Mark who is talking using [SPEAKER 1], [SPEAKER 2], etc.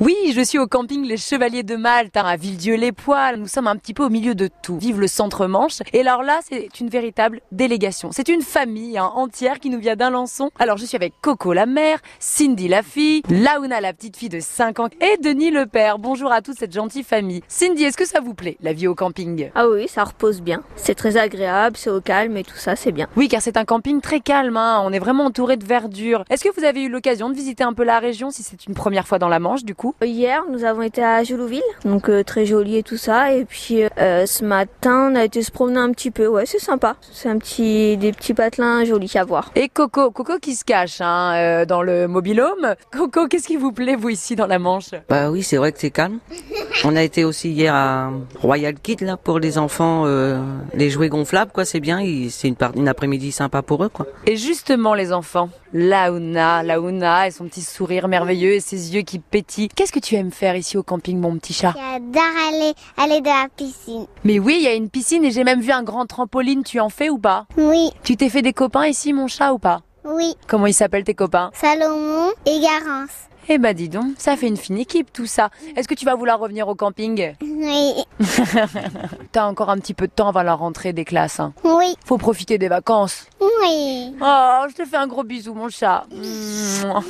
[SPEAKER 1] Oui, je suis au camping Les Chevaliers de Malte hein, à Villedieu-les-Poils. Nous sommes un petit peu au milieu de tout. Vive le centre Manche. Et alors là, c'est une véritable délégation. C'est une famille hein, entière qui nous vient d'Alençon. Alors je suis avec Coco la mère, Cindy la fille, Launa la petite fille de 5 ans et Denis le père. Bonjour à toute cette gentille famille. Cindy, est-ce que ça vous plaît la vie au camping
[SPEAKER 2] Ah oui, ça repose bien. C'est très agréable, c'est au calme et tout ça, c'est bien.
[SPEAKER 1] Oui, car c'est un camping très calme. hein. On est vraiment entouré de verdure. Est-ce que vous avez eu l'occasion de visiter un peu la région si c'est une première fois dans la Manche du coup
[SPEAKER 2] Hier, nous avons été à Joullouville, donc euh, très joli et tout ça. Et puis euh, ce matin, on a été se promener un petit peu. Ouais, c'est sympa. C'est un petit, des petits patelins jolis à voir.
[SPEAKER 1] Et Coco, Coco qui se cache hein, euh, dans le mobilhome. Coco, qu'est-ce qui vous plaît, vous, ici, dans la Manche
[SPEAKER 3] Bah oui, c'est vrai que c'est calme. On a été aussi hier à Royal Kid là pour les enfants, euh, les jouets gonflables quoi, c'est bien. ils- C'est une, part- une après-midi sympa pour eux quoi.
[SPEAKER 1] Et justement, les enfants, Laouna, Laouna, et son petit sourire merveilleux et ses yeux qui pétillent. Qu'est-ce que tu aimes faire ici au camping, mon petit chat
[SPEAKER 4] J'adore aller, aller dans la piscine.
[SPEAKER 1] Mais oui, il y a une piscine et j'ai même vu un grand trampoline. Tu en fais ou pas
[SPEAKER 4] Oui,
[SPEAKER 1] Tu t'es fait des copains ici, mon chat, ou pas
[SPEAKER 4] oui.
[SPEAKER 1] Comment ils s'appellent tes copains
[SPEAKER 4] Salomon et Garance.
[SPEAKER 1] Eh ben dis donc, ça fait une fine équipe tout ça. Est-ce que tu vas vouloir revenir au camping
[SPEAKER 4] Oui,
[SPEAKER 1] T'as encore un petit peu de temps avant la rentrée des classes. hein.
[SPEAKER 4] oui,
[SPEAKER 1] Faut profiter des vacances.
[SPEAKER 4] oui.
[SPEAKER 1] Oh, je te fais un gros bisou, mon chat. Mouah.